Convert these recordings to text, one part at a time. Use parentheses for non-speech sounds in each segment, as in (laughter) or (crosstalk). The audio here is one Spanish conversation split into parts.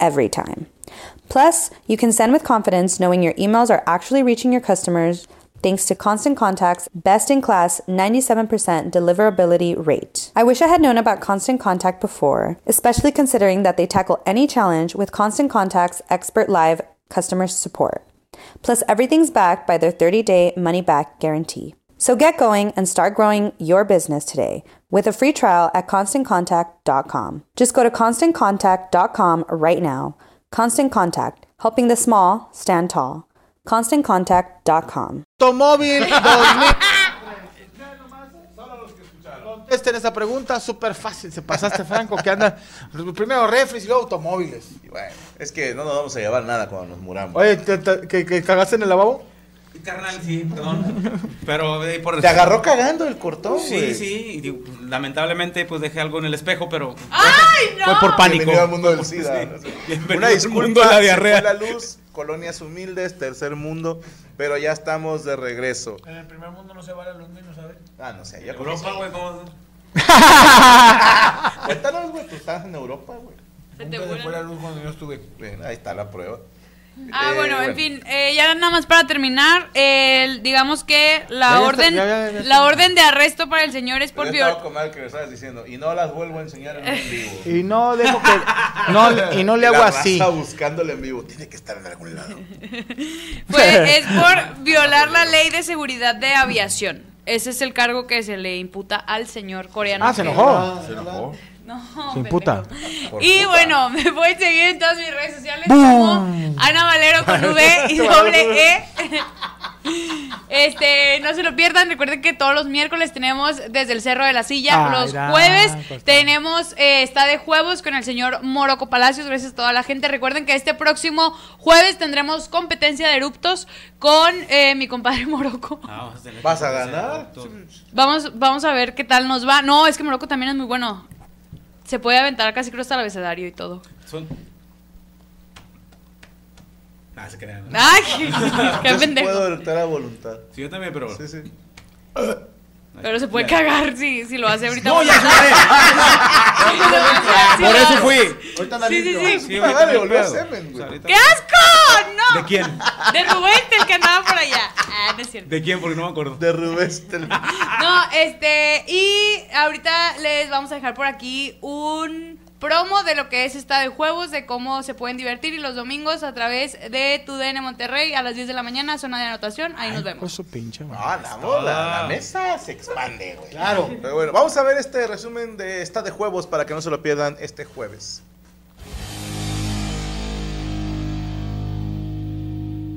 every time. Plus, you can send with confidence knowing your emails are actually reaching your customers thanks to Constant Contact's best in class 97% deliverability rate. I wish I had known about Constant Contact before, especially considering that they tackle any challenge with Constant Contact's expert live customer support. Plus, everything's backed by their 30 day money back guarantee. So get going and start growing your business today with a free trial at constantcontact.com. Just go to constantcontact.com right now. Constant Contact, helping the small stand tall. ConstantContact.com. (laughs) Automóvil 2000. Contesten esa pregunta, súper fácil. Se pasaste, Franco, que anda primero refres y luego automóviles. Y Bueno, es que no nos vamos a llevar nada cuando nos muramos. Oye, ¿te- te- que, que cagaste en el lavabo? Carnal, sí, perdón. Pero eh, por ¿Te agarró cagando el cortón? Sí, güey? sí. y digo, pues, lamentablemente, pues dejé algo en el espejo, (laughs) pero. Fue por pánico. Bienvenido al mundo (laughs) del SIDA. Sí. Bienvenido Una al disculpa, mundo de la se fue diarrea. La luz, colonias humildes, tercer mundo, pero ya estamos de regreso. En el primer mundo no se va la luz ni no sabe. Ah, no sé, ya con Europa, eso. güey, ¿cómo? Cuéntanos, güey, tú estabas en Europa, güey. Nunca se fue la luz cuando yo estuve. Bien, ahí está la prueba. Ah, Eh, bueno, en fin, eh, ya nada más para terminar, el- digamos que Ya, ya la está, orden, ya, ya, ya está. la orden de arresto para el señor es por Yo viol- estaba con madre que me estabas diciendo, y no las vuelvo a enseñar en un vivo. Y no dejo que. No, le- y no le (laughs) hago La así. raza buscándole en vivo, tiene que estar en algún lado. fue- es por violar la ley de seguridad de aviación. Ese es el cargo que se le imputa al señor coreano. Ah, se que- enojó. Se enojó. No, Se pendejo. imputa. Por Y puta. bueno, (laughs) me pueden seguir en todas mis redes sociales como Ana Valero con (laughs) V y doble E. (laughs) Este, no se lo pierdan. Recuerden que todos los miércoles tenemos desde el Cerro de la Silla. Ay, los da, jueves pues, tenemos eh, está de juegos con el señor Moroco Palacios. Gracias a toda la gente. Recuerden que este próximo jueves tendremos competencia de eruptos con eh, mi compadre (laughs) Moroco. Ah, vas a tener que ¿Vas a hacer ganar? todo. Vamos, vamos a ver qué tal nos va. No, es que Moroco también es muy bueno. Se puede aventar casi creo hasta el abecedario y todo. Son. Ah, se crean. Ay, qué (laughs) Yo sí puedo pendejo. eructar a voluntad. Sí, yo también, pero. Sí, sí. Pero se puede cagar si, si lo hace ahorita. No, ya se Por eso fui. Ah, Ahorita anda Sí, sí, limpio. sí. Sí, Sí, ahorita ahorita le volvió me acuerdo. semen, O güey. sea, ahorita- ¡Qué asco! ¡No! ¿De quién? De Rubén, el que andaba por allá. Ah, no es cierto. ¿De quién? Porque no me acuerdo. De Rubén Tel- No, este. Y ahorita les vamos a dejar por aquí un promo de lo que es esta de juegos, de cómo se pueden divertir. Y los domingos a través de tu DN Monterrey a las 10 de la mañana, zona de anotación. Ahí nos Por vemos. su pinche madre. Ah, la, mola, la mesa se expande, güey. Claro. Pero bueno, vamos a ver este resumen de esta de juegos para que no se lo pierdan este jueves.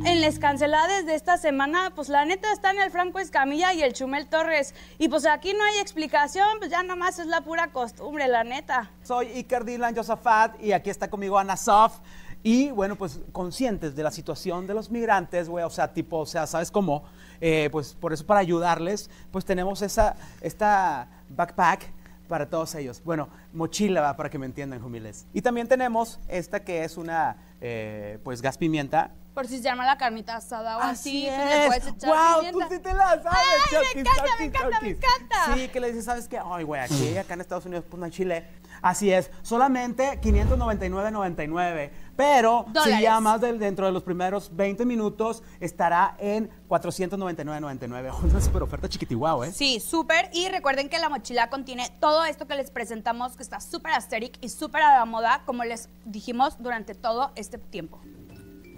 En las canceladas de esta semana, pues la neta están el Franco Escamilla y el Chumel Torres. Y pues aquí no hay explicación, pues ya nomás es la pura costumbre, la neta. Soy Iker Dylan Josafat y aquí está conmigo Ana Saf. Y bueno, pues conscientes de la situación de los migrantes, güey, o sea, tipo, o sea, ¿sabes cómo? Eh, pues por eso, para ayudarles, pues tenemos esa, esta backpack para todos ellos. Bueno, mochila, va, para que me entiendan, jumiles. Y también tenemos esta que es una, eh, pues, gas pimienta. Por si se llama la carnita asada o así, pues, le puedes es. echar ¡Wow! Tú pimienta. sí te la sabes, Ay, me Chokis, encanta, me Chokis, encanta, me Chokis. encanta. Sí, que le dices, ¿sabes qué? Ay, güey, aquí, acá en Estados Unidos, pues no hay chile. Así es, solamente 599.99. Pero si Dólares. llamas del- dentro de los primeros 20 minutos, estará en (laughs) 499.99. Una super oferta chiquitiguao, ¿eh? Sí, súper. Y recuerden que la mochila contiene todo esto que les presentamos, que está súper asteric y súper a la moda, como les dijimos durante todo este tiempo.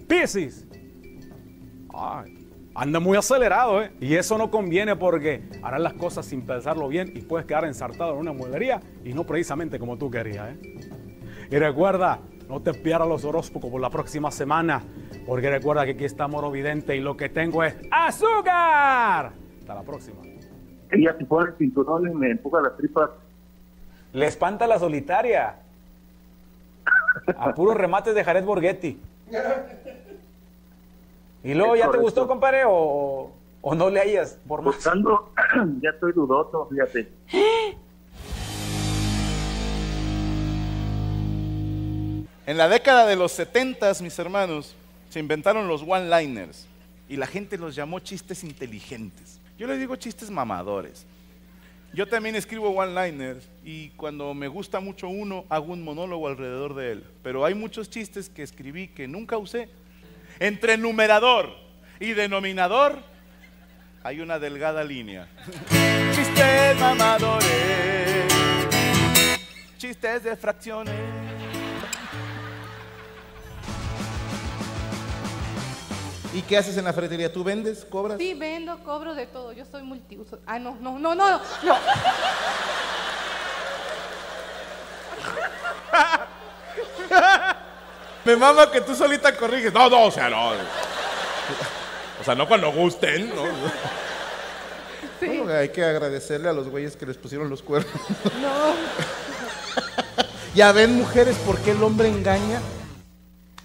Piscis. anda muy acelerado, ¿eh? Y eso no conviene porque harás las cosas sin pensarlo bien y puedes quedar ensartado en una mueblería y no precisamente como tú querías, ¿eh? Y recuerda, no te pierdas los horóscopos por la próxima semana, porque recuerda que aquí está Moro Vidente y lo que tengo es azúcar. Hasta la próxima. Ella se pone el cinturón y me empuja las tripas. Le espanta la solitaria. A puros remates de Jared Borghetti. ¿Y luego Es ya te correcto. gustó, compadre? ¿O, o no le hayas por más? Buscando, (clears throat) ya estoy dudoso, fíjate. En la década de los 70, mis hermanos, se inventaron los one-liners y la gente los llamó chistes inteligentes. Yo les digo chistes mamadores. Yo también escribo one-liners y cuando me gusta mucho uno, hago un monólogo alrededor de él. Pero hay muchos chistes que escribí que nunca usé. Entre numerador y denominador hay una delgada línea. chistes mamadores, chistes de fracciones. ¿Y qué haces en la ferretería? ¿Tú vendes? ¿Cobras? Sí, vendo, cobro de todo. Yo soy multiuso. Ah, no, no, no, no, no. (laughs) Me mama que tú solita corriges. No, no, o sea, no. O sea, no cuando gusten, ¿no? Sí. Hay que agradecerle a los güeyes que les pusieron los cuernos. No. ya ven, mujeres, por qué el hombre engaña.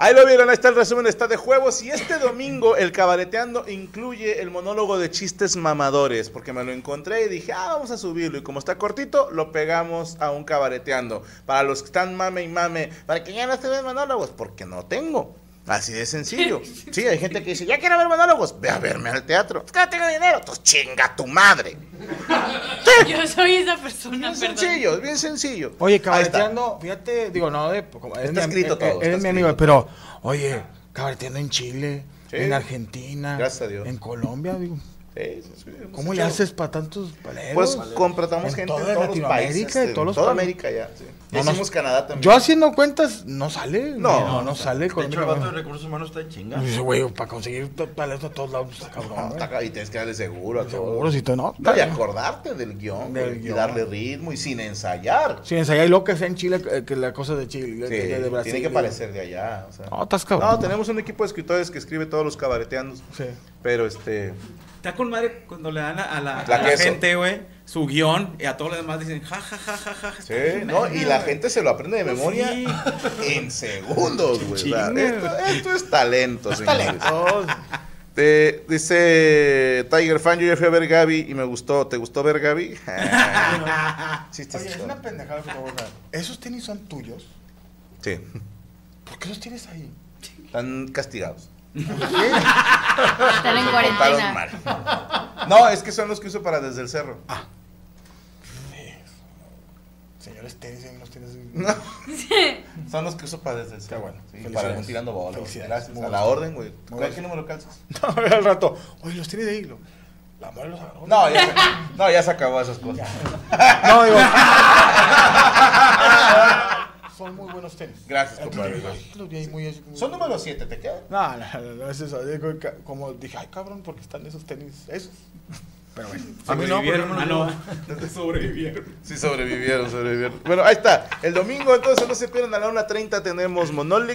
Ahí lo vieron, ahí está el resumen, está de juegos. Y este domingo el cabareteando incluye el monólogo de chistes mamadores, porque me lo encontré y dije, ah, vamos a subirlo. Y como está cortito, lo pegamos a un cabareteando. Para los que están mame y mame, para que ya no estén monólogos, porque no tengo. Así de sencillo. Sí, hay gente que dice, ya quiero ver monólogos, ve a verme al teatro. Es que no tengo dinero. Pues chinga tu madre. (laughs) Yo soy esa persona, (laughs) Bien sencillo, bien sencillo. Oye, Ahí está. cabareteando, fíjate, digo, no, de, como eres Está mi am- escrito eh, todo, eres está mi escrito. amigo, pero, oye, cabareteando en Chile, Sí. en Argentina, Gracias a Dios. en Colombia, digo. Sí, sí, sí, hemos ¿Cómo le hecho- haces para tantos paleros? Pues contratamos gente en todos los Latinoamérica, países. en en todos los toda países. América ya. sí. No, Ya no- hicimos Canadá también. Yo haciendo cuentas, no sale. No, No, no, no sale. De hecho, el vato de Colombia. recursos humanos está en chinga. Dice, güey, para conseguir to- paleros a todos lados, está cabrón. güey. y tienes que darle seguro a todos. Seguro, si te no. No, y acordarte del guión, Del güey, y guión. darle ritmo y sin ensayar. Sin ensayar y lo que sea en Chile, eh, que la cosa de Chile, Sí, que de Brasil. tiene que parecer de allá. o sea. No, estás cabrón. No, tenemos un equipo de escritores que escribe todos los cabareteandos. Pero este. Está con madre cuando le dan a, a la, La a la queso. gente, güey, su guión y a todos los demás dicen, ja, ja, ja, ja, ja. ¿eh? Sí, no, y (laughs) la gente se lo aprende de memoria Sí. en segundos, güey. o sea, Chinga, esto, esto es talento, señores. Talentos. Te- dice Tiger Fan, yo ya fui a ver Gaby y me gustó. ¿Te gustó ver Gaby? (laughs) Chistes. Oye, es una pendejada que te voy a dar. ¿Esos tenis son tuyos? Sí, ¿Por qué los tienes ahí? están castigados. Están Se portaron mal. No, es que son los que uso para desde el cerro. Ah. Señores tenis, ahí los tienes. (laughs) No. (laughs) Son los que uso para desde el cerro. Sí, para algún tirando bolas. Felicidades. Gracias. Muy A bueno. la orden, güey. Muy ¿Cuál bueno. qué número (laughs) calzas? No, al rato. Oye, los tienes de hilo. La madre los agarró. No, ya, se- no, ya se acabó esas cosas. No, digo. Son muy buenos tenis. (laughs) Gracias, A ti compadre. te- ay, los vi ahí muy- Son número 7, ¿te quedan? No, no, no, no, es eso. Digo, ca- Como dije, ay cabrón, porque están esos tenis, esos. Pero bueno. A mí no, Sobrevivieron, porque no me ah, no. Sobrevivieron. Sí, sobrevivieron, sobrevivieron. Bueno, ahí está. El domingo, entonces, no se pierdan. A la 1.30 tenemos monólogo.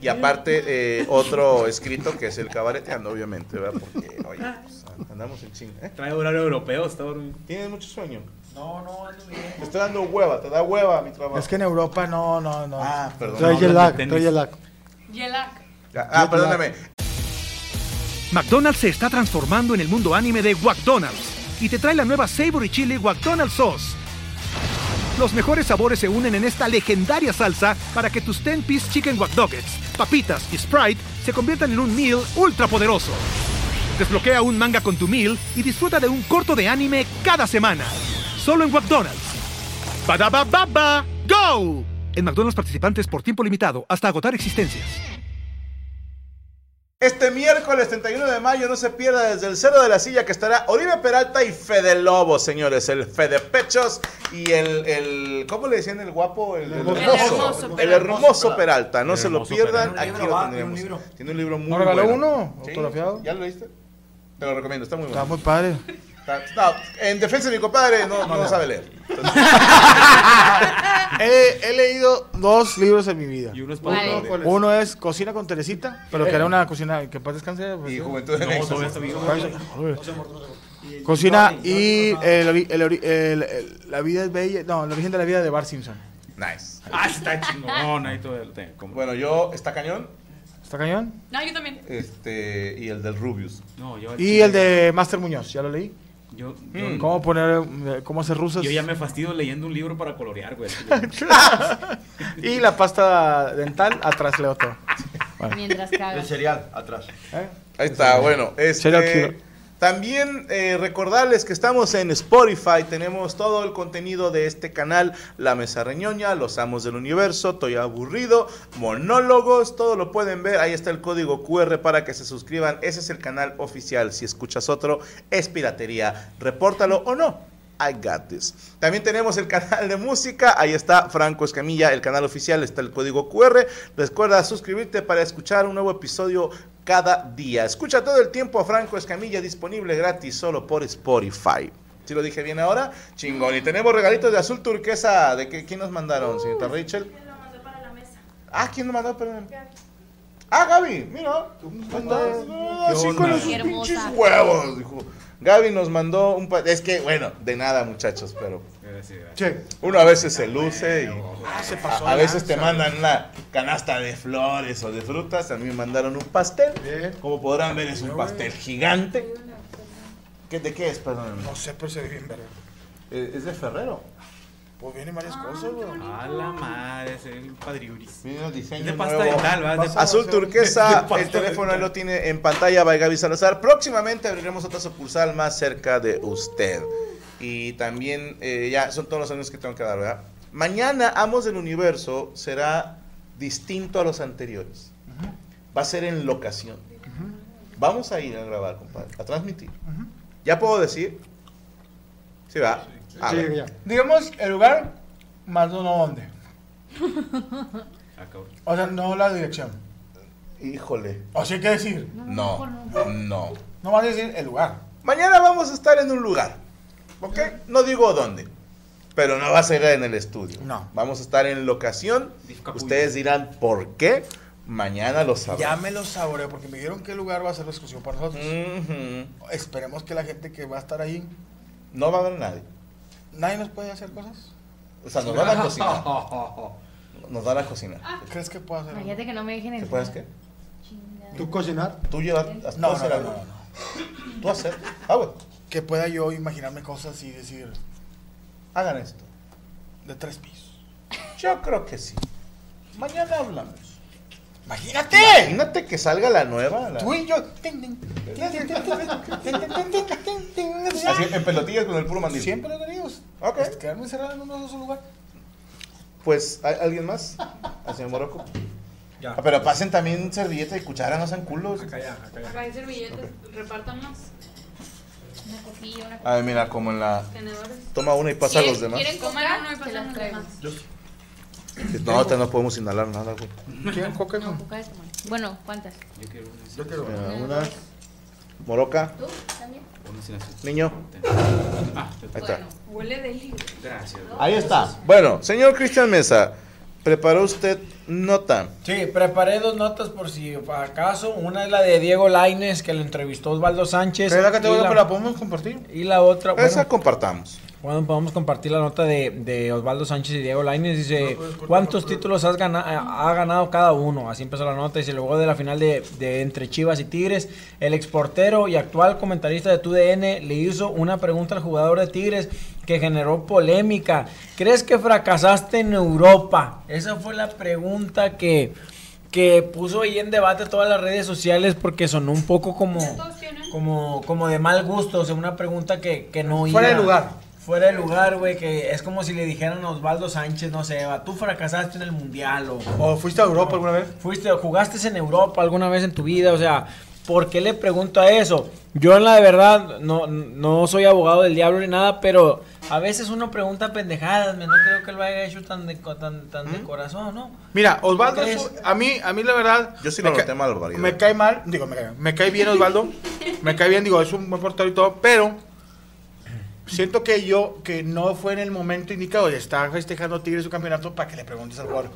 Y aparte, eh, otro escrito que es el cabareteando, obviamente, ¿verdad? Porque, oye, pues, andamos en chinga. ¿eh? Trae horario europeo, está dormido. ¿Tienes mucho sueño? No, no, ando bien. Te estoy dando hueva, te da hueva mi trabajo. Es que en Europa no, no, no. Ah, perdón. Trae No, el no, lag, tenis. trae el lag. Yelak. Ah, perdóname. McDonald's se está transformando en el mundo anime de McDonald's y te trae la nueva Savory Chili McDonald's Sauce. Los mejores sabores se unen en esta legendaria salsa para que tus 10-piece chicken wack doggets, papitas y Sprite se conviertan en un meal ultra poderoso. Desbloquea un manga con tu meal y disfruta de un corto de anime cada semana. Solo en McDonald's. ba ba ba go! En McDonald's participantes por tiempo limitado hasta agotar existencias. Este miércoles 31 de mayo no se pierda desde el cero de la silla que estará Olivia Peralta y Fede Lobo, señores. El Fede Pechos y el, el ¿cómo le decían el guapo? El, el hermoso. hermoso. El hermoso El hermoso Peralta. Peralta. No El se lo hermoso pierdan. Peralta. Aquí Tiene un lo libro, ah, tiene un tendremos. libro. Tiene un libro muy ¿No regaló bueno. uno? Sí, ¿Autografiado? ¿Ya lo viste? Te lo recomiendo, está muy bueno. Está muy padre. Está- está- en defensa de mi compadre, no, no sabe leer. (laughs) He, he leído dos libros en mi vida. Y uno es para Vale. Claudia. Uno es Cocina con Teresita, pero que era una cocina que en paz descanse. pues, Y sí. Juventud en No, Éxtasis. todavía está vivo. Todavía está- Joder. Cocina y el ori- el ori- el- el- La vida es bella. No, el origen de la vida de Bart Simpson. Nice. Ah, está chingón. Ahí todo el tema. Bueno, yo, está cañón. ¿Está cañón? No, yo también. Este, y el del Rubius. No, yo Y el de Master Muñoz, ¿ya lo leí? Yo, Mm. yo- ¿Cómo poner, eh, cómo hacer rusas? Yo ya me fastidio leyendo un libro para colorear, (laughs) güey. y la pasta dental, atrás leo todo. ¿Eh? Mientras cagas. cereal, atrás. Ahí está, bueno. Serial Este, killer. también eh, recordarles que estamos en Spotify, tenemos todo el contenido de este canal, La Mesa Reñoña, Los Amos del Universo, Toy Aburrido, Monólogos, todo lo pueden ver, ahí está el código QR para que se suscriban, ese es el canal oficial, si escuchas otro es piratería, repórtalo o no. I got this. También tenemos el canal de música, ahí está Franco Escamilla, el canal oficial, está el código QR. Recuerda suscribirte para escuchar un nuevo episodio cada día. Escucha todo el tiempo a Franco Escamilla disponible gratis solo por Spotify. Si lo dije bien ahora, chingón. Y tenemos regalitos de azul turquesa. ¿De qué, quién nos mandaron, señorita Rachel? Ah, ¿quién lo mandó? Perdón. Ah, Gaby, mira. Ah, Qué sí, onda. con esos Qué hermosa. pinches huevos, dijo. Gaby nos mandó un... pa- Es que, bueno, de nada, muchachos, pero... Uno a veces se luce y Ah, se pasó a, a de veces te lanza. mandan la canasta de flores o de frutas. A mí me mandaron un pastel. Como podrán ver, es un pastel gigante. ¿Qué, ¿De qué es, perdón? No sé, pero se ve bien verga. Es de Ferrero. Pues vienen varias Ah, cosas, güey. A la Ah, madre, ese es un padriuris. diseño de pasta nuevo. dental, ¿va? De pasta- Azul de turquesa, pasta el teléfono dental. ahí lo tiene en pantalla by Gaby Salazar. Próximamente abriremos otra sucursal más cerca de usted. Y también, eh, ya son todos los años que tengo que dar, ¿verdad? Mañana, Amos del Universo será distinto a los anteriores. Va a ser en locación. Mm-hmm. Vamos a ir a grabar, compadre, a transmitir. ¿Ya puedo decir? Sí, va. A Sí, ver. ya. Digamos el lugar más (laughs) no dónde. O sea, no la dirección. Híjole. O sea, hay que decir. No, no. No vas a decir el lugar. Mañana vamos a estar en un lugar. ¿Ok? No digo dónde. Pero no va a ser en el estudio. No. Vamos a estar en locación. Ustedes dirán por qué. Mañana lo Ya sabrán. me lo saboreo porque me dijeron qué lugar va a ser la exclusión para nosotros. Esperemos que la gente que va a estar ahí, No va a haber nadie. nadie nos puede hacer cosas. O sea, nos (laughs) van a cocinar. Nos van a cocinar. ¿Crees que puedo hacer? algo? Imagínate que no me dejen ¿Te entrar. puedes qué? ¿Tú cocinar? Tú llevar. tú No, no, hacer no, algo. no, Tú hacer. Ah, bueno. Que pueda yo imaginarme cosas y decir. Hagan esto. De tres pisos. Yo creo que sí. Mañana hablamos. ¡Imagínate! Imagínate que salga la nueva. la- ¡Eh! Tú y yo. Así, en pelotillas con el puro mandil. Siempre lo queríamos. Ok. Quedarme encerrado en un solo lugar. Pues, ¿al- ¿alguien más? Al señor Morocco. Ah, pero pasen también servilleta y cuchara, no sean culos. Acá hay servilletas, repártanlas. Una copilla, una A ver, mira, como en la. Tenedores. Toma una y pasa a los demás. ¿Quieren comer? No, no, las demás. No, ahorita no podemos inhalar nada, güey. ¿Quieren coca? No, coca de tomate. Bueno, ¿cuántas? Yo quiero Mira, una. Moroca, ¿Tú también? Ah, niño. Ahí está. Huele de Gracias. Ahí está. Bueno, señor Cristian Mesa, preparó usted nota. Sí, preparé dos notas por si acaso. Una es la de Diego Laines, que lo entrevistó Osvaldo Sánchez. ¿Pero la categoría y pues, la podemos compartir? Y la otra. Esa compartamos. Bueno, podemos compartir la nota de, de Osvaldo Sánchez y Diego Lainez. Dice, ¿cuántos títulos has gana- ha ha ganado cada uno? Así empezó la nota. Dice, luego de la final de, de entre Chivas y Tigres, el exportero y actual comentarista de TUDN le hizo una pregunta al jugador de Tigres que generó polémica. ¿Crees que fracasaste en Europa? Esa fue la pregunta que, que puso ahí en debate todas las redes sociales porque sonó un poco como, como, como de mal gusto. O sea, una pregunta que, que no Fuera de iba- lugar. fuera de lugar, güey, que es como si le dijeran a Osvaldo Sánchez, no sé, va, tú fracasaste en el Mundial o... ¿O fuiste a Europa alguna vez? Fuiste, jugaste en Europa alguna vez en tu vida, o sea, ¿por qué le pregunto a eso? Yo en la de verdad no, no soy abogado del diablo ni nada, pero a veces uno pregunta pendejadas, men, no creo que lo haya hecho tan de, co- tan, tan ¿Mm? de corazón, ¿no? Mira, Osvaldo, ¿Qué es crees? un- a mí, a mí la verdad. Yo sí me lo ca- noté mal, barbaridad. Me cae mal, digo, me cae, me cae bien Osvaldo. me cae bien, digo, es un buen portero y todo, pero siento que yo, que no fue en el momento indicado, y está festejando Tigres su campeonato para que le preguntes al jugador,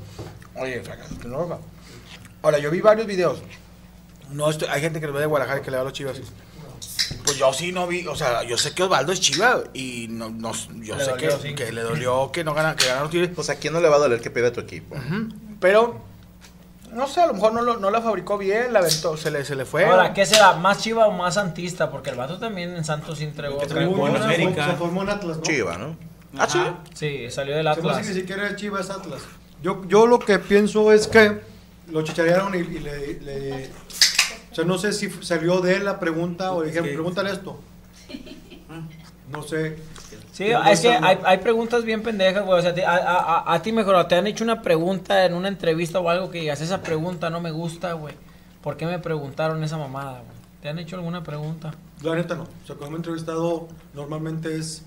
oye, fracasaste en Europa. Ahora, yo vi varios videos. No estoy- hay gente que lo ve de Guadalajara y que le va a los chivas. Pues yo sí no vi, o sea, yo sé que Osvaldo es chiva y no, no- yo Le sé dolió, que, sí. que le dolió que no gana, que ganaron Tigres. Pues a quién no le va a doler que pierda tu equipo. Pero, no sé, a lo mejor no, lo- no la fabricó bien, la aventó, se le, se le fue. Ahora, ¿qué será? ¿Más chiva o más santista? Porque el vato también en Santos sí entregó. Que también jugó en Una- América. ¿Ah, Se formó en Atlas, ¿no? Chiva, ¿no? Ajá, Sí, salió del Se me hace que Atlas. ni siquiera es Chivas Atlas. Yo, yo lo que pienso es que lo chicharearon y, y le, le- O sea, no sé si salió de él la pregunta o le dijeron, pregúntale esto. No sé. Sí, es que hay, hay preguntas bien pendejas, güey. O sea, te- a, a- a- a ti mejor, te han hecho una pregunta en una entrevista o algo que digas, esa pregunta no me gusta, güey. ¿Por qué me preguntaron esa mamada, güey? ¿Te han hecho alguna pregunta? La neta no. O sea, cuando me he entrevistado, normalmente es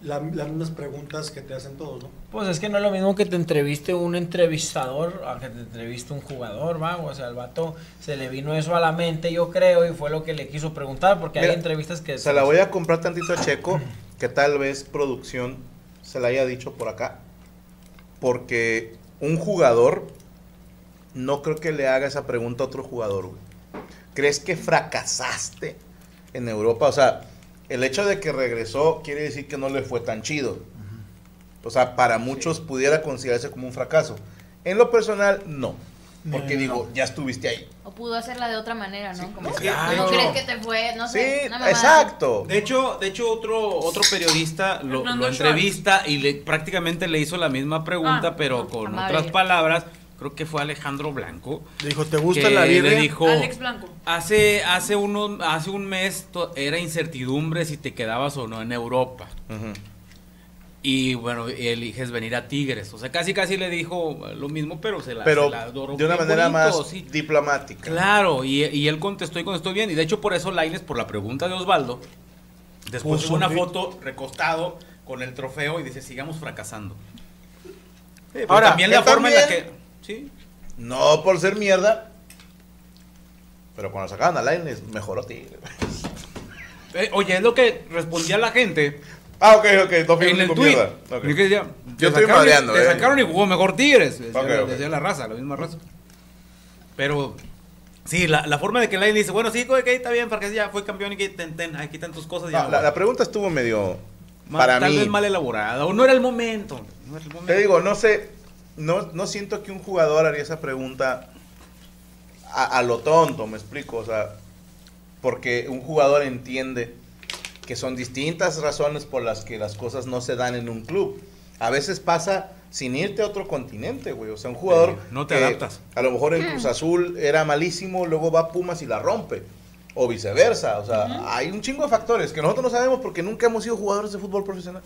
la- las mismas preguntas que te hacen todos, ¿no? Pues es que no es lo mismo que te entreviste un entrevistador a que te entreviste un jugador, va. O sea, al vato se le vino eso a la mente, yo creo, y fue lo que le quiso preguntar, porque hay Mira, entrevistas que... Se la voy a comprar tantito a Checo, que tal vez producción se la haya dicho por acá. Porque un jugador, no creo que le haga esa pregunta a otro jugador. güey. ¿Crees que fracasaste en Europa? O sea, el hecho de que regresó quiere decir que no le fue tan chido. O sea, para muchos pudiera considerarse como un fracaso. En lo personal, no. Porque digo, ya estuviste ahí. O pudo hacerla de otra manera, ¿no? Como, claro. como crees que te fue, no sé. una mamada. Exacto. De hecho, de hecho otro, otro periodista lo, Fernando lo Schwartz. entrevista y le, prácticamente le hizo la misma pregunta, Ah, pero con amable. otras palabras. Creo que fue Alejandro Blanco. Le dijo, ¿te gusta que la birria? Le dijo, Alex Blanco. Hace, hace, uno, hace un mes to- era incertidumbre si te quedabas o no en Europa. Y bueno, y eliges venir a Tigres. O sea, casi casi le dijo lo mismo, pero se la Pero se la adoró de una bien manera bonito, más sí. diplomática. Claro, y, y él contestó y contestó bien. Y de hecho, por eso Laines, por la pregunta de Osvaldo, después Puso hubo una un- foto recostado con el trofeo y dice: Sigamos fracasando. pero Ahora, también la que forma en la también- que. Sí. No por ser mierda. Pero cuando sacaban a Lainez, mejoró Tigres. Eh, oye, es lo que respondía la gente. Ah, ok, ok. en el con tweet. mierda. Ok. Y que decía, Yo "Te estoy sacaron y- madreando, Te eh". sacaron y jugó mejor Tigres. Decía, Ok, ok. decía la raza, la misma raza. Pero. Sí, la, la forma de que Lainez dice: Bueno, sí, ok, está bien, porque ya fue campeón y que ten, ten, aquí están tus cosas. Ya, No, la, la pregunta estuvo medio. Ma- para tal mí. vez mal elaborada. O no era el momento. No era el momento. Te digo, no sé. No, no siento que un jugador haría esa pregunta a, a lo tonto, me explico. O sea, porque un jugador entiende que son distintas razones por las que las cosas no se dan en un club. A veces pasa sin irte a otro continente, güey. O sea, un jugador. no te que adaptas. A lo mejor en Cruz Azul era malísimo, luego va a Pumas y la rompe. O viceversa. O sea, hay un chingo de factores que nosotros no sabemos porque nunca hemos sido jugadores de fútbol profesional.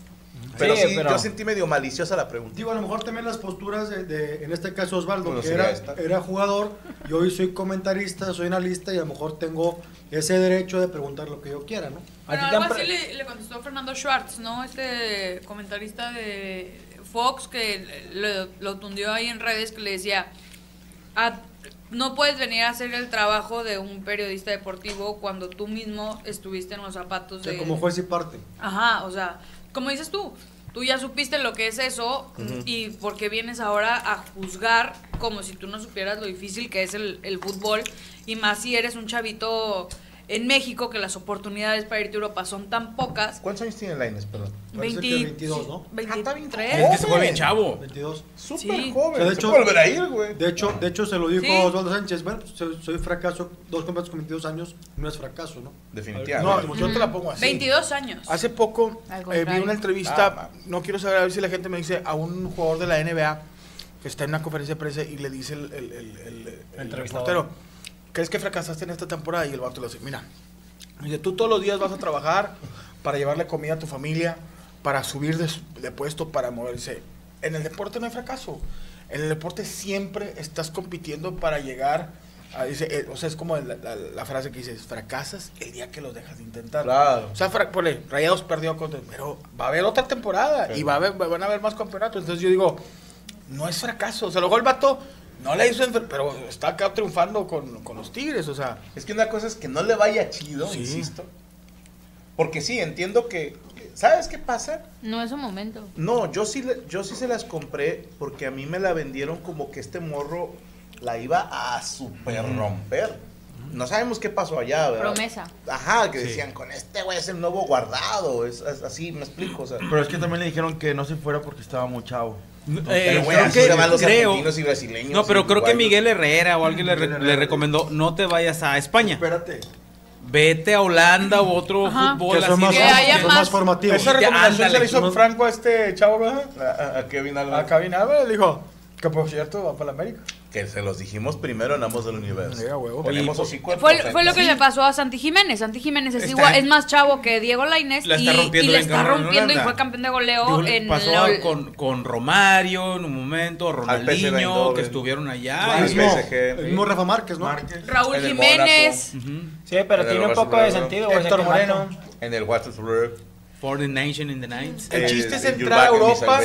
Pero sí, pero- yo sentí medio maliciosa la pregunta. Digo, a lo mejor también las posturas de, de- en este caso Osvaldo, Bueno, que sería era, esta. era jugador, yo hoy soy comentarista, soy analista y a lo mejor tengo ese derecho de preguntar lo que yo quiera, ¿no? Pero algo así le, le contestó Fernando Schwartz, ¿no? Este comentarista de Fox que lo, lo tundió ahí en redes que le decía, "Ah, no puedes venir a hacer el trabajo de un periodista deportivo cuando tú mismo estuviste en los zapatos O sea, de... como juez y parte. Ajá, o sea, como dices tú, tú ya supiste lo que es eso Ujú. y por qué vienes ahora a juzgar como si tú no supieras lo difícil que es el, el fútbol y más si eres un chavito en México que las oportunidades para irte a Europa son tan pocas. ¿Cuántos años tiene Laines, perdón? Parece que 22, ¿no? 23. Es que se fue Ah, bien chavo. 22. Súper Sí. O joven. sea, se puede volver a ir, güey. de hecho, de hecho se lo dijo Sí. Osvaldo Sánchez, bueno, pues, soy, soy fracaso, dos campeonatos con 22 años, no es fracaso, ¿no? Definitivamente. No, yo te la pongo así. 22 años. Hace poco Al eh, vi contrario. una Ah, entrevista, no quiero saber a ver si la gente me dice, a un jugador de la NBA que está en una conferencia de prensa y le dice el, el, el- el- el Entrevistador. reportero, ¿crees que fracasaste en esta temporada? Y el vato le dice, mira, dice, tú todos los días vas a trabajar para llevarle comida a tu familia, para subir de, su- de puesto, para moverse. En el deporte no hay fracaso. En el deporte siempre estás compitiendo para llegar a... dice, eh, o sea, es como la, la- la frase que dices, fracasas el día que lo dejas de intentar. Claro. O sea, fra- ponle, Rayados perdió contra... Pero va a haber otra temporada y va a haber, van a haber más campeonatos. Entonces yo digo, no es fracaso. O sea, luego el vato no le hizo... enfer- Pero está acá triunfando con, con los Tigres, o sea... Es que una cosa es que no le vaya chido, insisto. Porque sí, entiendo que... ¿Sabes qué pasa? No es un momento. No, yo sí, le- yo sí se las compré porque a mí me la vendieron como que este morro la iba a super romper. No sabemos qué pasó allá, ¿verdad? Promesa. Ajá, que Sí. decían, con este güey es el nuevo guardado, es, es así, me explico. o sea. Pero es que también le dijeron que no se fuera porque estaba muy chavo. Eh, Pero, güey, así se van los creo- argentinos y brasileños No, pero y creo que uruguayos. Miguel Herrera o alguien le, re- le recomendó, no te vayas a España. Espérate. Vete a Holanda u otro Ajá. fútbol Que son más- de- que haya Son más más- formativo. Esa recomendación se le hizo Ándale. Franco a este chavo, ¿verdad? A, Kevin Álvarez. A Kevin Álvarez, le dijo, que por cierto va para la América. Que se los dijimos primero en Amos del Universo. Tenemos hocico de Fue, profeta. fue lo que Sí. le pasó a Santi Jiménez. Santi Jiménez es, Está- igual, es más chavo que Diego Lainez La y, está y rompiendo le bien está cabrón en rompiendo y Holanda. fue campeón de goleo Digo, en pasó la- con, con Romario en un momento, PSV Ronaldinho, que Eindhoven. estuvieron allá. Al Y- PSG. El mismo Rafa Márquez, ¿no? Raúl En el Jiménez. Mónaco. Sí, pero En tiene el un poco de Barcelona. sentido. güey, ese vato. En el Watford. For the Nation in the Nights. El chiste es entrar a Europa,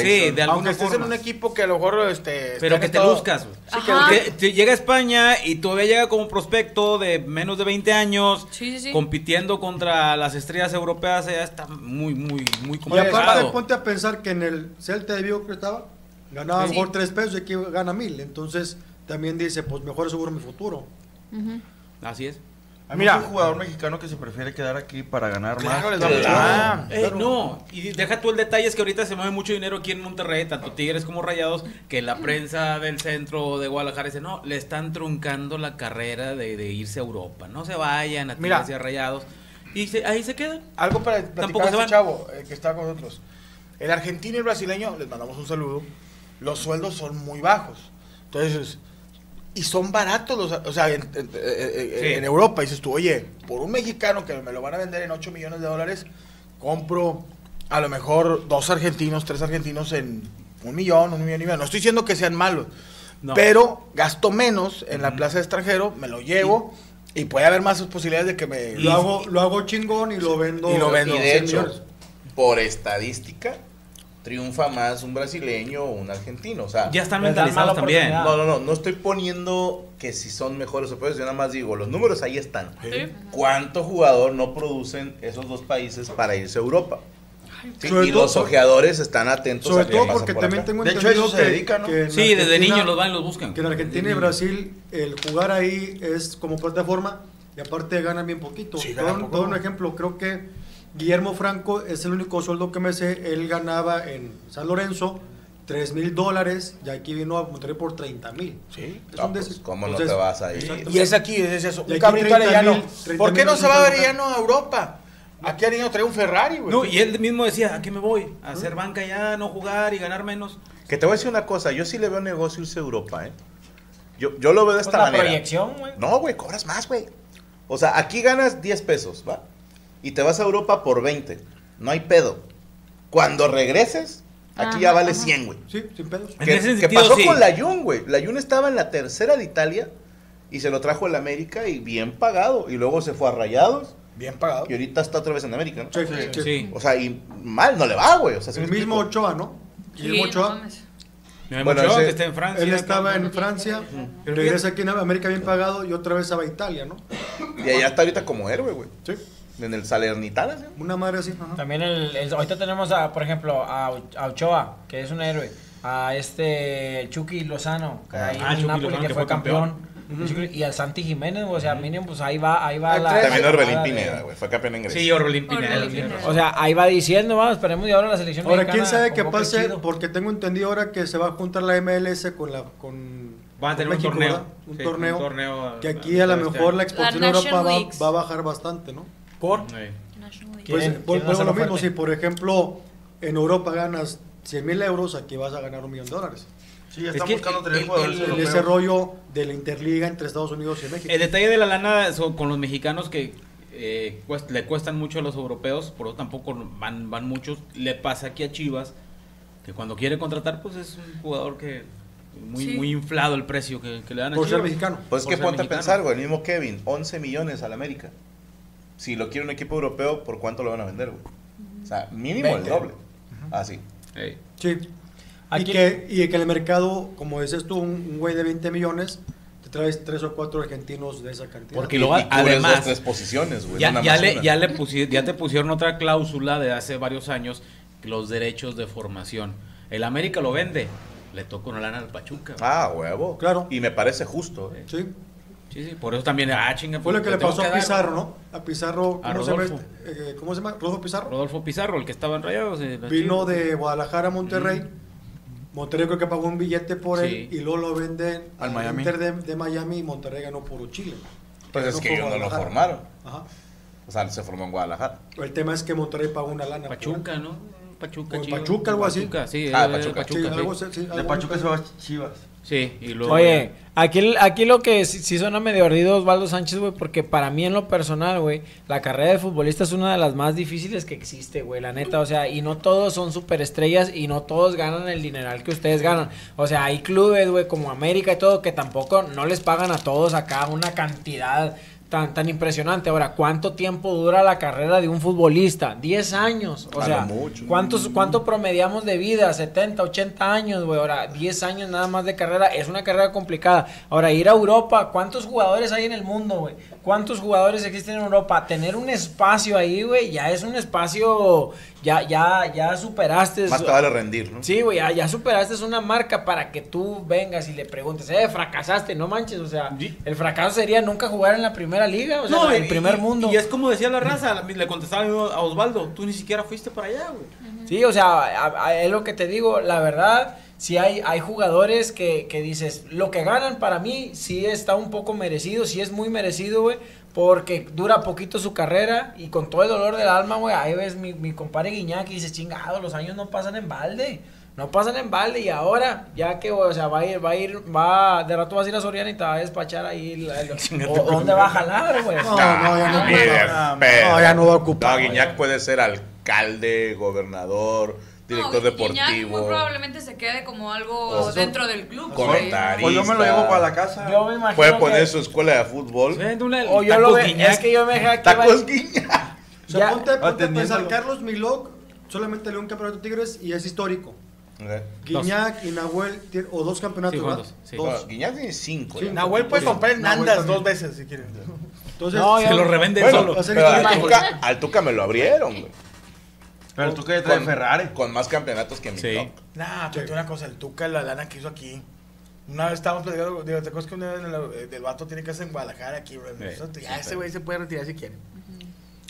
aunque estés en un equipo que a lo mejor... Este, está Pero en que te estado- luzcas, güey. Sí, que- Porque te llega a España y todavía llega como prospecto de menos de 20 años, Sí, sí, sí. compitiendo contra las estrellas europeas, ya está muy, muy, Y muy aparte, complicado. ponte a pensar que en el Celta de Vigo que estaba, ganaba Sí. por tres pesos y aquí gana mil. Entonces, también dice, pues mejor seguro mi futuro. Así es. Hay Mira. mucho jugador mexicano que se prefiere quedar aquí para ganar más. Claro, les da mucho- Eh, No, y deja tú el detalle, es que ahorita se mueve mucho dinero aquí en Monterrey, tanto Tigres como Rayados, que la prensa del centro de Guadalajara dice, no, le están truncando la carrera de, de irse a Europa, no se vayan a Mira. Tigres y a Rayados. Y se- ahí se quedan. Algo para platicar Tampoco se a este van. chavo eh, que está con nosotros. El argentino y el brasileño, les mandamos un saludo, los sueldos son muy bajos. Entonces, y son baratos, los, o sea, en, en- eh, eh, en Europa dices tú, oye, por un mexicano que me lo van a vender en 8 millones de dólares, compro a lo mejor dos argentinos, tres argentinos en un millón, un millón y medio. No estoy diciendo que sean malos, No. pero gasto menos en la plaza de extranjero, me lo llevo. Y puede haber más posibilidades de que me... Lo hago, lo hago chingón y lo vendo. Y lo vendo. a Y De cien hecho, por estadística, triunfa más un brasileño o un argentino. O sea, Ya están Les dan mentalizados mala también. oportunidad. No, no, no. No estoy poniendo que si son mejores o peores. Yo nada más digo, los números ahí están. Sí. ¿Cuánto jugador no producen esos dos países para irse a Europa? Sí, Sobre y todo- los ojeadores están atentos Sobre a todo porque también tengo entendido que, que en Sí, desde Argentina- niños los van y los buscan. Que en Argentina y Brasil el jugar ahí es como plataforma y aparte ganan bien poquito. Te ganan doy- poco. doy un ejemplo, creo que Guillermo Franco es el único sueldo que me sé, él ganaba en San Lorenzo 3 mil dólares y aquí vino a Monterrey por 30 mil. Sí, Es Ah, un pues, des- ¿cómo no entonces- te vas a ir? Exacto. Y es aquí, es eso. Y Un aquí cabrito 30 arellano. mil- 30 ¿Por qué mil no se va doscientos arellano a Europa? Aquí arellano trae un Ferrari, güey. ¿Mm? No, y él mismo decía, ¿a qué me voy? A hacer banca ya, no jugar y ganar menos. Que te voy a decir una cosa, yo sí le veo negocio irse a Europa, ¿eh? Yo, yo lo veo de Pues esta la manera. proyección, güey. No, güey, cobras más, güey. O sea, aquí ganas 10 pesos, ¿va? Y te vas a Europa por 20. No hay pedo. Cuando regreses, aquí Ajá, ya vale ajá. 100, güey. Sí, sin pedos. Que, que pasó con la Jun, güey. La Jun estaba en la tercera de Italia y se lo trajo el América y bien pagado. Y luego se fue a Rayados. Bien pagado. Y ahorita está otra vez en América, ¿no? Sí, sí, sí. Sí. O sea, y mal no le va, güey. O sea, ¿sí El me mismo explico? Ochoa, ¿no? Guillermo Ochoa. Bueno, ese- Él estaba en Francia, Pero regresa aquí en América bien pagado y otra vez se va a Italia, ¿no? Y allá está ahorita como héroe, güey. Sí. En el Salernitana, ¿sí? Una madre así. ajá. También el, el- ahorita tenemos a, por ejemplo, a, Och- a Ochoa, que es un héroe, a este el Chucky Lozano, que Ah, ahí en Chucky Napoli, Lozano, que fue campeón. El Chucky- Y al Santi Jiménez, o sea, mínimo, pues ahí va, ahí va la. También la- Orbelín la- Pineda, güey. Fue campeón en Grecia. Sí, Orbelín Pineda, Orbelín Pineda. O sea, ahí va diciendo, vamos, esperemos y ahora la selección Ahora, mexicana ¿quién sabe qué convoque pase? chido. Porque tengo entendido ahora que se va a juntar la MLS con la con Van a tener con un torneo. ¿verdad? Un Sí, torneo. un torneo, que ah, aquí a lo todo este mejor año. la expansión La a Nation Europa va, League. va a bajar bastante, ¿no? ¿Por? Pues, Quieren- por, quieren por hacerlo lo mismo, fuerte. si por ejemplo en Europa ganas 100 mil euros, aquí vas a ganar un millón de dólares. Sí, ya Es están que buscando tener el- jugadores el- En europeos. ese rollo de la interliga entre Estados Unidos y México. El detalle de la lana so- con los mexicanos que eh, cuest- le cuestan mucho a los europeos, por eso tampoco van, van muchos. Le pasa aquí a Chivas, que cuando quiere contratar, pues es un jugador que muy, Sí. muy inflado el precio que, que le dan a Chivas. Pues es que Por ser ponte a mexicano. pensar, güey. El mismo Kevin, 11 millones al América. Si lo quiere un equipo europeo, ¿por cuánto lo van a vender, güey? O sea, mínimo el Veinte. doble. Ah, Así. Sí. Y que, y que el mercado, como dices tú, un, un güey de 20 millones, te traes tres o cuatro argentinos de esa cantidad. Porque luego, además, ya, no nada ya más le, una. ya, le pusi- ya te pusieron otra cláusula de hace varios años, los derechos de formación. El América lo vende, le toca una lana al Pachuca. Ah, huevo. Claro. Y me parece justo. eh. Sí. Sí, sí, por eso también, ah, chinga. Fue lo pues, que le tengo pasó a dar. Pizarro, ¿no? A Pizarro, A ¿cómo se, llama Rodolfo. este? Eh, ¿cómo se llama? ¿Rodolfo Pizarro? Rodolfo Pizarro, el que estaba en Rayados. eh, Vino Chivas. de Guadalajara a Monterrey. Monterrey creo que pagó un billete por él Sí. y luego lo venden Al Miami. Inter de, de Miami y Monterrey ganó por Chile. Pues es No que fue ellos no lo Guadalajara. formaron. Ajá. O sea, se formó en Guadalajara. El tema es que Monterrey pagó una lana. Pachuca, ¿no? o Pachuca, en Chivas. Pachuca, algo así. Pachuca, sí, Ah, eh, Pachuca. Pachuca, Sí, sí. algo se- sí, algo De Pachuca se va a Chivas. Sí, y luego. Oye, aquí, aquí lo que sí, sí suena medio ardido Osvaldo Sánchez, güey, porque para mí en lo personal, güey, la carrera de futbolista es una de las más difíciles que existe, güey, la neta. O sea, y no todos son superestrellas y no todos ganan el dineral que ustedes ganan. O sea, hay clubes, güey, como América y todo, que tampoco no les pagan a todos acá una cantidad tan, tan impresionante. Ahora, ¿cuánto tiempo dura la carrera de un futbolista? 10 años. O A lo sea, mucho. ¿cuántos, ¿cuánto promediamos de vida? 70, 80 años, güey. Ahora, 10 años nada más de carrera. Es una carrera complicada. Ahora, ir a Europa, ¿cuántos jugadores hay en el mundo, güey? ¿Cuántos jugadores existen en Europa? Tener un espacio ahí, güey, ya es un espacio, ya, ya, ya superaste. Más su- te vale rendir, ¿no? Sí, güey, ya, ya superaste es una marca para que tú vengas y le preguntes, eh, fracasaste, no manches, o sea, el fracaso sería nunca jugar en la primera liga, o sea, No, en y- el primer mundo. Y es como decía la raza, la- le contestaba yo a Osvaldo, tú ni siquiera fuiste para allá, güey. Sí, o sea, a- a- es lo que te digo, la verdad, si hay, hay jugadores que, que dices, lo que ganan para mí sí está un poco merecido, sí es muy merecido, güey, porque dura poquito su carrera y con todo el dolor del alma, güey, ahí ves mi, mi compadre Guiñac y dices, chingado, los años no pasan en balde. No pasan en balde y ahora, ya que, güey, o sea, va a ir, va a ir, va, de rato vas a ir a Soriana y te va a despachar ahí, la- (laughs) la- o- ¿dónde va a jalar, güey? No, no, ya no. Ah, Ni de pedo. No, ya no va a ocupar. No, Guiñac puede ser alcalde, gobernador, No, director Guiñac muy deportivo. probablemente se quede como algo Pues, dentro del club. con güey. Tarita. Pues yo me lo llevo para la casa. Yo me imagino Puede que- poner su escuela de fútbol. Oh, O yo lo veo, es que yo me dejé aquí. Tacos O sea, ponte, ponte a Atendiéndolo. pensar, Carlos Milok solamente le dio un campeonato a Tigres y es histórico. Ok. Guiñac y Nahuel, tiene- o dos campeonatos, Sí, ¿verdad? ¿cuántos? Sí. Bueno, Guiñac tiene cinco, ya. Nahuel puede comprar en Nahuel Nandas también. dos veces si quieren. Entonces, Bueno, Va a ser pero al, histórico. Tuca, al Tuca me lo abrieron, güey. Pero el Tuca ya trae Con- Ferrari. Con más campeonatos que mi top. (laughs) Nah, pero te digo una cosa, el Tuca, la lana que hizo aquí. Una vez estábamos platicando, digo, te acuerdas que una vez en la- eh, el vato tiene que hacer en Guadalajara aquí, bro. Sí, Eso, ya sí, ese sí. güey se puede retirar si quiere.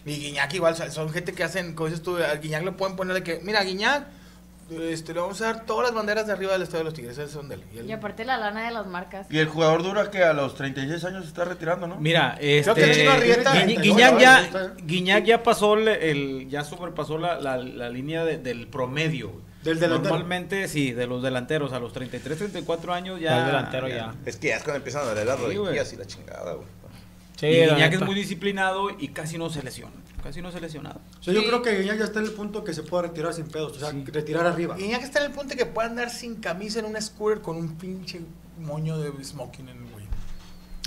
Y Guiñac igual, o sea, son gente que hacen, como dices tú, al Guiñac le pueden poner de que, mira, Guiñac, este, le vamos a dar todas las banderas de arriba del Estadio de los Tigres, esas son de él. Y él- Y aparte la lana de las marcas. Y el jugador dura que a los 36 años se está retirando, ¿no? Mira, este, que el Chino Arrieta- Guiñ- Guiñac, ya, Guiñac ya pasó el, el- ya sobrepasó la, la- la línea de- del promedio. güey. Del delantero. Normalmente sí, de los delanteros a los 33, 34 años ya. Del delantero ya. Es que ya es cuando empiezan a doler las rodillas y la chingada, güey. Sí, Sí, y la Guiñac neta. es muy disciplinado y casi no se lesiona. Casi no se lesionado. O sea, yo creo que Guiñac ya está en el punto que se puede retirar sin pedos, o sea, retirar arriba. Guiñac está en el punto de que puede andar sin camisa en un scooter con un pinche moño de smoking en el güey.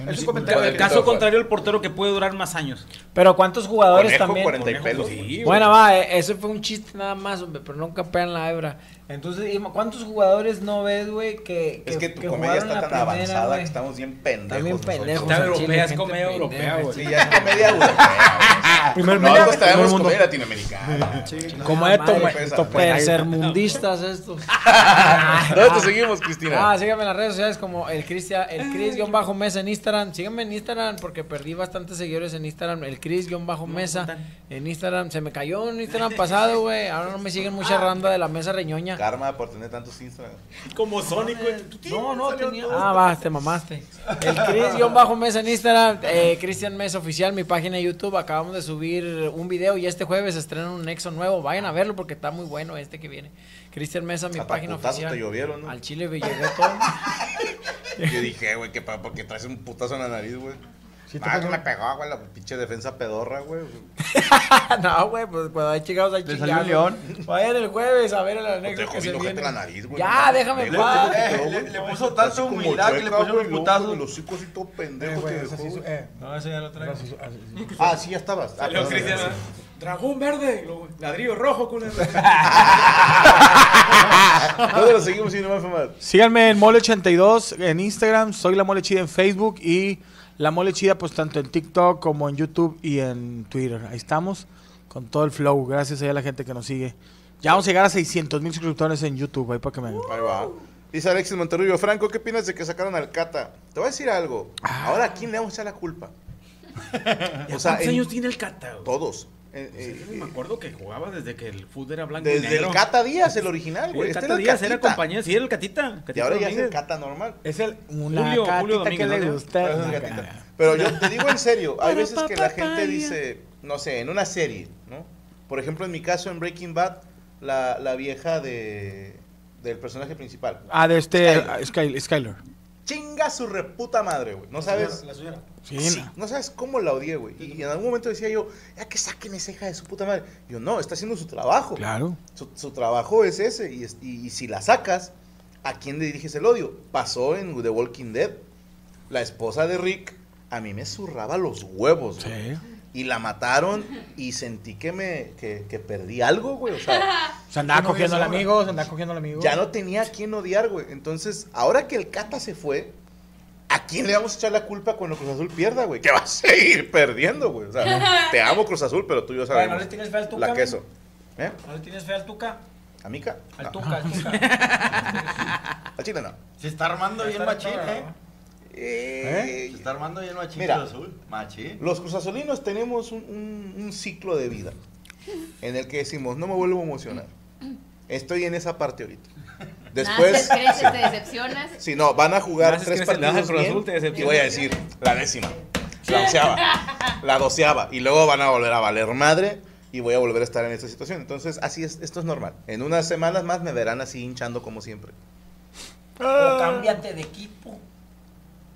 Es un comentario. El caso contrario, el portero que puede durar más años. Pero ¿cuántos jugadores Conejo, también? 40 y pelos. Sí, bueno, güey. va, eh, ese fue un chiste nada más, hombre, pero nunca pegan la hebra. Entonces, Irma, ¿cuántos jugadores no ves, güey, que, Es que tu comedia jugaron está la tan primera, avanzada güey? que estamos bien pendejos. También nosotros. pendejos, Está al europea, chile, es gente comedia pendeja. europea, güey. Sí, ya es comedia europea. Primer Ah, no, mundo, nosotros primer tenemos mundo. comedia latinoamericana. Como Ah, estos, madre, güey, pues, estos afuera. tercermundistas (laughs) estos. ¿Dónde te seguimos, Cristina? Ah, síganme en las redes sociales como el Cristian, el Cris-Mesa en Instagram. Síganme en Instagram porque perdí bastantes seguidores en Instagram. El Cris-Mesa en Instagram. Se me cayó en Instagram pasado, güey. Ahora no me siguen mucha randa de la mesa reñoña. Karma por tener tantos Instagram. Como Sonic, No, no, tenía. Ah, va, te mamaste. El Cris-Mesa en Instagram, eh, Cristian Mesa Oficial, mi página de YouTube. Acabamos de subir un video y este jueves estrena un Nexo nuevo. Vayan a verlo porque está muy bueno este que viene. Cristian Mesa, mi página putazos oficial. te llovieron, ¿no? Al (laughs) Chile me llegó todo. Yo dije, güey, que pa- porque traes un putazo en la nariz, güey. te ah, pegó? que me pegó, güey, la pinche defensa pedorra, güey. (laughs) no, güey, pues cuando hay chingados hay Te chingados. salió un león. Vayan el jueves a ver el Te anécdota que jodí se el ojete viene. la nariz, güey. Ya, déjame en Le- paz. le- le- le- No, le eso puso está tanta como humildad que le chueca, puso güey, un loco, putazo. güey, Los hijos así todo pendejo güey, que eso sí, dejó, eh, No, ese ya lo traigo. Ah, sí, ya estabas. Ah, Salió perdón, Cristian, perdón. ¿eh? Dragón verde, lo- ladrillo rojo, (laughs) culero. ¿Dónde lo seguimos sin más fumar? Síganme en Mole82 en Instagram, soy La Mole Chida en Facebook y La Mole Chida pues tanto en TikTok como en YouTube y en Twitter. Ahí estamos con todo el flow, gracias ahí a la gente que nos sigue. Ya vamos a llegar a 600 mil suscriptores en YouTube, ahí para que me... Ahí va. Dice Alexis Monterrubio, Franco, ¿qué opinas de que sacaron al Cata? Te voy a decir algo. Ah. Ahora, ¿a quién le vamos a echar la culpa? O sea, ¿Cuántos en- años tiene el Cata? güey? Todos. Eh, eh, Sí, me acuerdo que jugaba desde que el fútbol era blanco y Desde negro. el Cata Díaz, el original, güey. el Este Cata el Díaz era Catita. compañero, sí, era el Catita. Catita Y ahora ya es el Domínguez. Cata normal. Es el una Julio- catita Julio Domínguez, que le ¿no? gusta. Pero es el catita. Pero yo te digo en serio, hay veces que la gente dice, no sé, en una serie, ¿no? Por ejemplo, en mi caso, en Breaking Bad, la, la vieja de, del personaje principal. Ah, de este... Skyler. Skyler. Chinga su reputa madre, güey. No sabes. La señora. Sí, Sí, no sabes cómo la odié, güey. Y en algún momento decía yo, ya que saquen esa hija de su puta madre. Yo, no, está haciendo su trabajo. Claro. Su, su trabajo es ese. Y, es- y- y si la sacas, ¿a quién le diriges el odio? Pasó en The Walking Dead. La esposa de Rick a mí me zurraba los huevos. güey. Y la mataron y sentí que me que, que perdí algo, güey. O (laughs) sea, Se andaba ¿qué no cogiendo al ves ahora? amigo, se andaba cogiendo al amigo. ya no tenía a quién odiar, güey. Entonces, ahora que el Cata se fue, ¿a quién le vamos a echar la culpa cuando Cruz Azul pierda, güey? Que va a seguir perdiendo, güey. O sea, te amo Cruz Azul, pero tú y yo Oye, sabemos. ¿No le tienes fe al Tuca? la men? queso. ¿Eh? ¿No le tienes fe al (laughs) Tuca? ¿A Mica? Al No. Tuca, al Tuca. (laughs) (laughs) Al Chile no. Se está armando bien machín, ¿eh? ¿Eh? Se está armando bien machín Mira. Cruz Azul. Machín. Los cruzazulinos tenemos un, un- un ciclo de vida en el que decimos, no me vuelvo a emocionar. Estoy en esa parte ahorita. Después, Naces, creces, te decepcionas. si no, van a jugar Naces, tres creces, le das al partidos Cruz Azul, bien, te y decepcionas. voy a decir, la décima, la onceava, (laughs) la doceava, y luego van a volver a valer madre y voy a volver a estar en esta situación. Entonces, así es, esto es normal. En unas semanas más me verán así hinchando como siempre. O cámbiate de equipo.